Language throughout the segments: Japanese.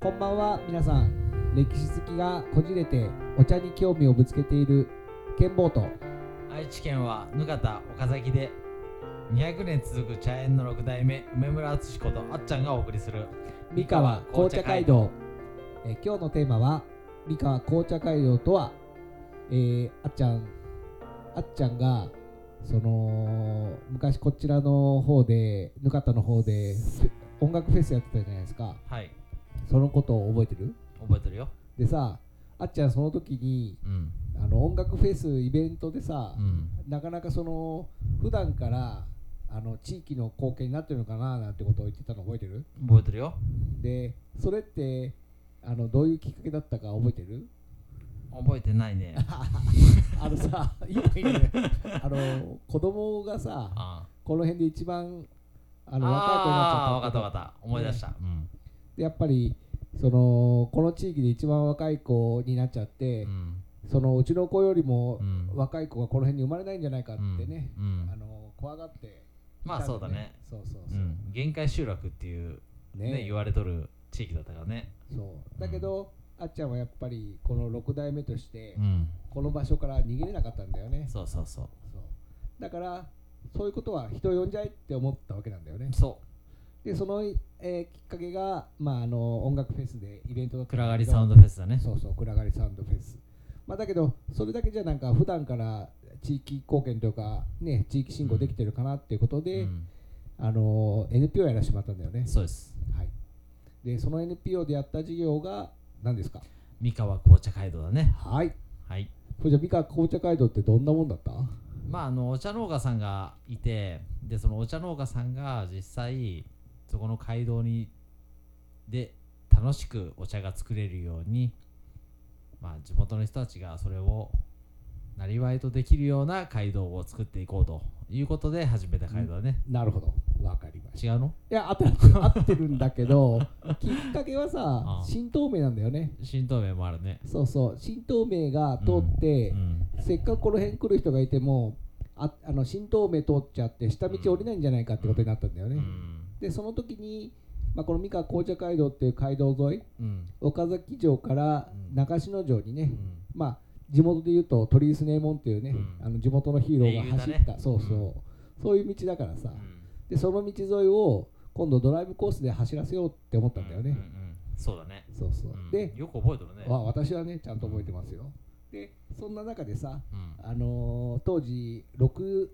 こんばんは皆さん歴史好きがこじれてお茶に興味をぶつけている剣坊と愛知県はぬかた岡崎で200年続く茶園の6代目梅村敦子とあっちゃんがお送りする三河紅茶街道えー今日のテーマは三河紅茶街道とは、えーあっちゃんあっちゃんがその昔こちらの方でぬかたの方でフェ音楽フェスやってたじゃないですかはいそのことを覚えてる覚えてるよでさあっちゃんその時にうんあの音楽フェスイベントでさ、うんなかなかその普段からあの地域の貢献になってるのかななんてことを言ってたの覚えてる覚えてるよでそれってあのどういうきっかけだったか覚えてる覚えてないね あのさ 今いいねあの子供がさあこの辺で一番ああの若い子になっちゃったあー分かった分かった思い出した、うんでやっぱりそのこの地域で一番若い子になっちゃって、うんそのうちの子よりもうん若い子がこの辺に生まれないんじゃないかっうんてね、うんあの怖がってまあそうだねそうそううそう、ん限界集落っていうねね言われとる地域だったからねそうだけど、あっちゃんはやっぱりこの6代目として、うんこの場所から逃げれなかったんだよねそうそうそうそうだからそういうことは人呼んじゃいって思ったわけなんだよねそでその、えーきっかけが、まあ、あの音楽フェスでイベントだっうたん暗がだけりどサウンドフェスだねそうそう暗がりサウンドフェス、まあ、だけどそれだけじゃなんか普段から地域貢献というか、ね、地域振興できてるかなっていうことで、うんあの NPO やらしてもらったんだよね、そうですはい、でその NPO でやった事業が何ですか三河紅茶街道だねはいはいそれじゃあ美川紅茶街道ってどんなもんだったまあ、あのお茶農家さんがいてでそのお茶農家さんが実際そこの街道にで楽しくお茶が作れるように、まあ、地元の人たちがそれをなりわいとできるような街道を作っていこうということで始めた街道だね、なるほどわかりました違うのいや合ってる合ってるんだけどきっかけはさあ新東名なんだよね新東名もあるねそうそう新東名が通ってう、んせっかくこの辺来る人がいてもああの新東名通っちゃって下道降りないんじゃないかってことになったんだようね、んでその時に、まあ、この三河紅茶街道っていう街道沿いうん岡崎城からうん中篠城にね、うんまあ地元でいうと鳥居スネモンっていうね、うんあの地元のヒーローが走った、英雄だねそうそう、うそういう道だからさ、でその道沿いを今度ドライブコースで走らせようって思ったんだようんうね、んそうだね、そうそうう、んで、よく覚えてるねわ私はねちゃんと覚えてますよでそんな中でさうんあのー当時6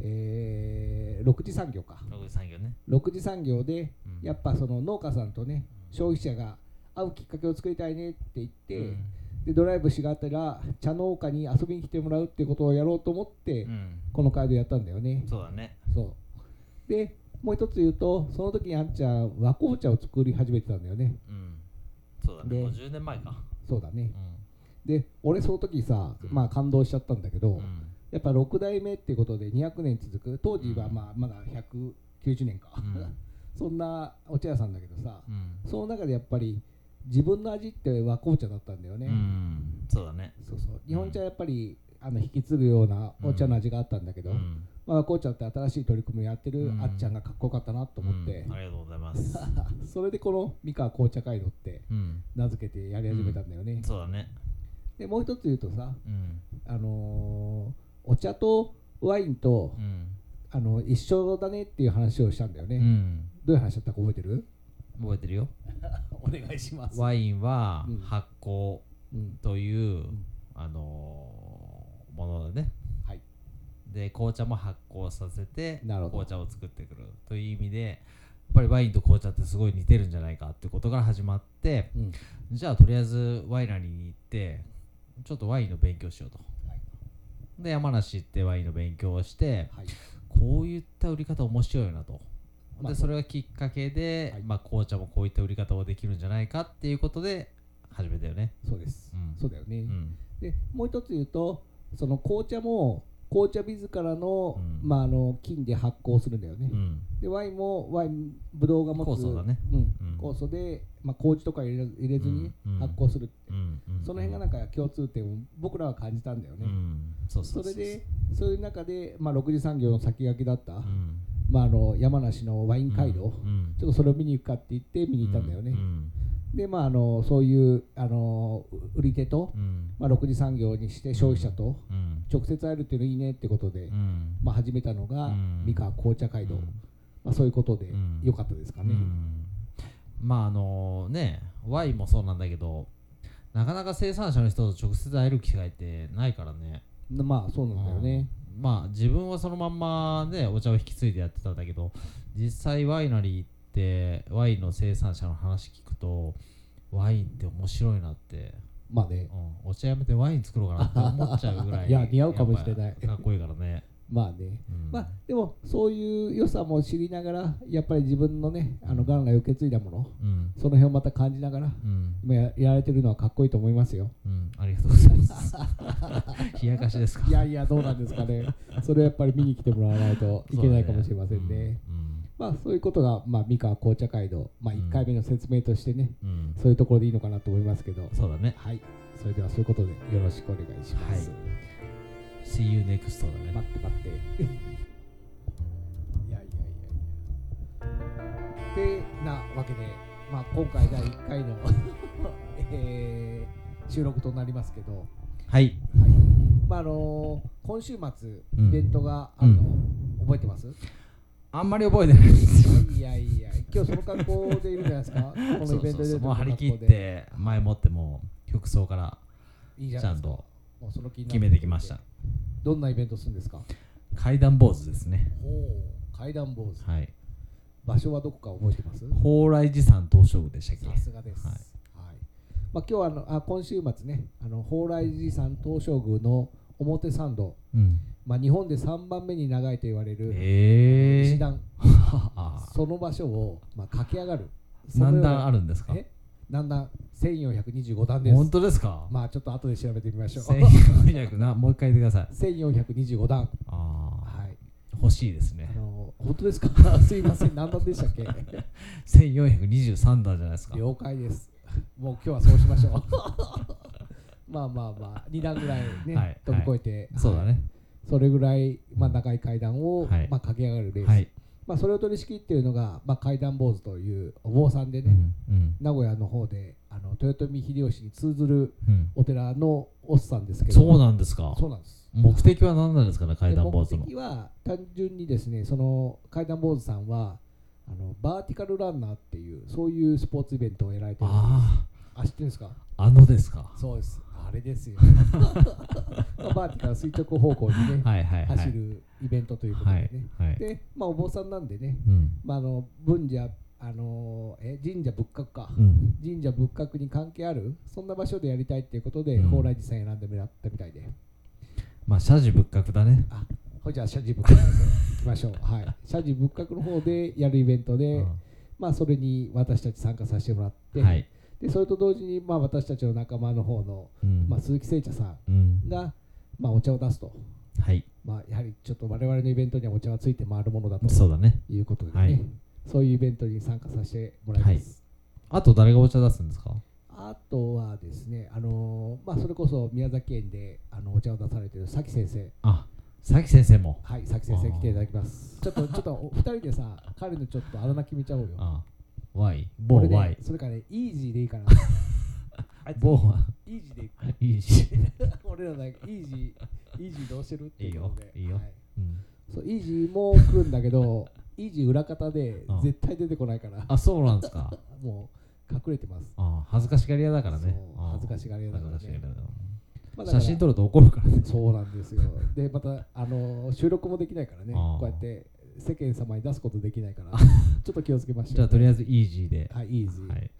えー、6次産業か六次産業ね、 6次産業でうんやっぱその農家さんとね消費者が会うきっかけを作りたいねって言って、うんでドライブしがてら茶農家に遊びに来てもらうってことをやろうと思って、うんこの会でやったんだよねそうだね。そうでもう一つ言うとその時にあんちゃん和紅茶を作り始めてたんだよねうん。そうだね。で50年前か。そうだねうで俺その時さ、うんまあ感動しちゃったんだけど、ん。うんやっぱ6代目ってことで200年続く当時はまあまだ190年か、うん。 そんなお茶屋さんだけどさ、うんその中でやっぱり自分の味って和紅茶だったんだよね、うん。そうだね。そうそう日本茶はやっぱりあの引き継ぐようなお茶の味があったんだけど、うんまあ、和紅茶って新しい取り組みをやってるうんあっちゃんがかっこよかったなと思って、うんありがとうございます。それでこの三河紅茶街道ってうん。名付けてやり始めたんだよね、そうだね。でもう一つ言うとさうん。あのーお茶とワインと、うん。あの一緒だねっていう話をしたんだよね、うん。どういう話だったか覚えてる覚えてるよ。お願いしまワインはうん発酵うん、といううん、あのー、ものだね。はいで、紅茶も発酵させて、なるほど紅茶を作ってくるという意味で、やっぱりワインと紅茶ってすごい似てるんじゃないかってことから始まって、うんじゃあとりあえずワイナリーに行ってちょっとワインの勉強しようと、はいで山梨行ってワインの勉強をしてはいこういった売り方面白いなと、まあでそれがきっかけで、はいまあ、紅茶もこういった売り方をできるんじゃないかっていうことで始めたよねそうです、うんそうだよね、うんでもう一つ言うとその紅茶も紅茶自らの,、うんまあ、あの菌で発酵するんだよね、うんでワインもワインブドウが持つ酵素だねうんうん酵素で、まあ、麹とか入れ入れずにうんうん発酵する、うんうんその辺がなんか共通点を僕らは感じたんだようね、んそうそうそうれうでそういう中で、まあ、6次産業の先駆けだった、うんまあ、あの山梨のワイン街道、うんちょっとそれを見に行くかって言って見に行ったんだよね、うんでまああのそういうあの売り手と、うんまあ、6次産業にして消費者とうん直接会えるっていうのいいねってことで、うんまあ、始めたのがうん三河紅茶街道、うんまあ、そういうことでうん良かったですかうね。んまああのね Y もそうなんだけどなかなか生産者の人と直接会える機会ってないからねまあそうなんだよね。うんまあ自分はそのまんまねお茶を引き継いでやってたんだけど実際ワイナリーってワインの生産者の話聞くとワインって面白いなって、まあねうん、お茶やめてワイン作ろうかなって思っちゃうぐらい いや似合うかもしれないやっぱかっこいいからね、まあね。うんまあ、でもそういう良さも知りながらやっぱり自分のねあの元来受け継いだものうんその辺をまた感じながらうんまあややられてるのはかっこいいと思います よ。うんありがとうございます 冷やかしですかいやいやどうなんですか ね。それはやっぱり見に来てもらわないといけないかもしれませんね。まあそういうことが、まあ、三河紅茶街道、まあ、うん1回目の説明としてね、そうだねうんうんそういうところでいいのかなと思いますけど、そうだねはい、それではそういうことでよろしくお願いします。は See you next だね、待って待って。いやいやいやいや。で、なわけで、まあ、今回第1回の、 えー収録となりますけど、はいまああのー今週末、うんイベントがあるの、う覚えてますあんまり覚えてないですいやいや、今日その格好でいるじゃないです か、このそイうそベうントで出そてうるもう張り切っ格好でて前もってもう服装からいいじちゃなゃいですんか。ともうその気にな決めてきました。どんなイベントするんですか階段坊主ですねおお、階段坊主。はい場所はどこか覚えてます蓬莱寺山東照宮でしたっけさすがです。ははいい。まあ今日はあのあ今週末ね、あの蓬莱寺山東照宮の表参道、うんまあ日本で3番目に長いと言われるええ石ー、段、あその場所をまあ駆け上がる。何段あるるんですかえ？何段1425段です。本当ですか、まあちょっと後で調べてみましょう。 1400なもう一回言ってくだ さい1425段。あはい。あ欲しいですあねの本当ですか？ すいません。何段でしたっけ？ 1423段じゃないですか了解です。もう今日はそうしましょう。 まあまあまあ、2段ぐらいね、はい飛び越えて、そうだはいねそれぐらい、まあ、長い階段を、はいまあ、駆け上がるレース、はい、まあ、それを取り仕切っているのが、まあ、階段坊主というお坊さんでうね、んうん名古屋の方であの豊臣秀吉に通ずるうん、お寺のおっさんですけどそうなんですかそうなんです。目的は何なんですかねで階段坊主の目的は単純にですねその階段坊主さんはあのバーティカルランナーっていうそういうスポーツイベントをやられてるんですああ知ってるんですかああのですかそうです。あれです よ。まあバーティカル垂直方向にね、はいはいはい走るイベントということはでいね。はいで、まあ、お坊さんなんでね、うんまあ、あの文社、あのえ神社仏閣か、うん神社仏閣に関係ある、そんな場所でやりたいっていうことで、うん蓬莱寺さん選んでもらったみたいで、まあ謝辞仏閣だねあほいじゃあ、社寺仏閣の方行きま しょう。はい、社寺仏閣の方でやるイベントで、うまあ、それに私たち参加させてもらって、んはいでそれと同時に、まあ、私たちの仲間の方の、うんまあ、鈴木誠茶さん。うんが、まあ、お茶を出すと、はいまあ、やはりちょっと我々のイベントにはお茶はついて回るものだとそうだねいうことでね、はいそういうイベントに参加させてもらいます。あと誰がお茶出すんですかあとはですね、あのーまあ、それこそ宮崎県であのお茶を出されている崎先生、あ佐木先生もはい、崎先生来ていただきます。ちょっと、ちょっと、お二人でさ、彼のちょっとあだ名決めちゃおうよ。あ Y こ某れね Y それからね、イージーでいいかな。あいつ某 はイージーでいい。いいし俺らなんかイージー、イージーどうしてるっていうので。いいよいいよはうんそうイージーも来るんだけ どイージー裏方でうん絶対出てこないから、あそうなんですかもう隠れてます、あ恥ずかしがり屋だからねそう恥ずかしがり屋だからね恥ずしがり屋だまあだから写真撮ると怒るからねそうなんですよでまたあの収録もできないからねあこーうやって世間様に出すことできないからちょっと気をつけましょうじゃあとりあえずイージーではいイージー、はい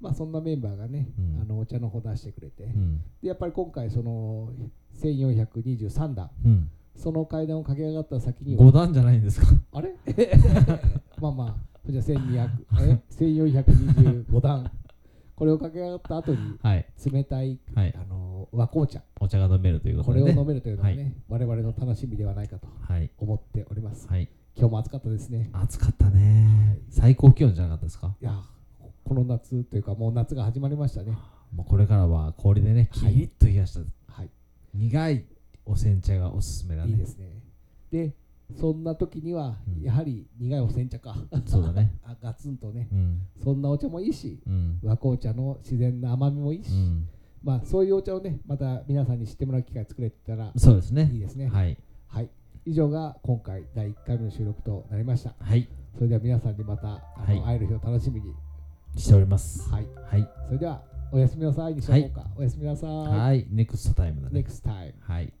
まあそんなメンバーがね、うんあのお茶の方出してくれて、うんでやっぱり今回その1423段うんその階段を駆け上がった先には五段じゃないんですか。あれ まあまあ、じゃあ1200え1425段、これを駆け上がった後に、はい。冷たい、はいあの和紅茶、お茶が飲めるというこことれでをね。飲めるというのはね、は我々の楽しみではないかとはい。思っております。はい。今日も暑かったですね。暑かったね。最高気温じゃなかったですか。いやー、この夏というか、もう夏が始まりましたね。もうこれからは氷でね、キはいリッと冷やしたはい、苦いお煎茶がおすすめだいいねで。すね。で、そんな時にはうんやはり苦いお煎茶かそうだね あガツンとねうんそんなお茶もいいしうん和紅茶の自然な甘みもいいし、うんまあそういうお茶をねまた皆さんに知ってもらう機会作れたらそうですねいいですねはいはい以上が今回第1回目の収録となりましたはいそれでは皆さんにまたあの、はい会える日を楽しみにしておりますはいはいそれではおやすみなさいにしましょうか、おやすみなさいはいネクストタイムだネねクストタイムはい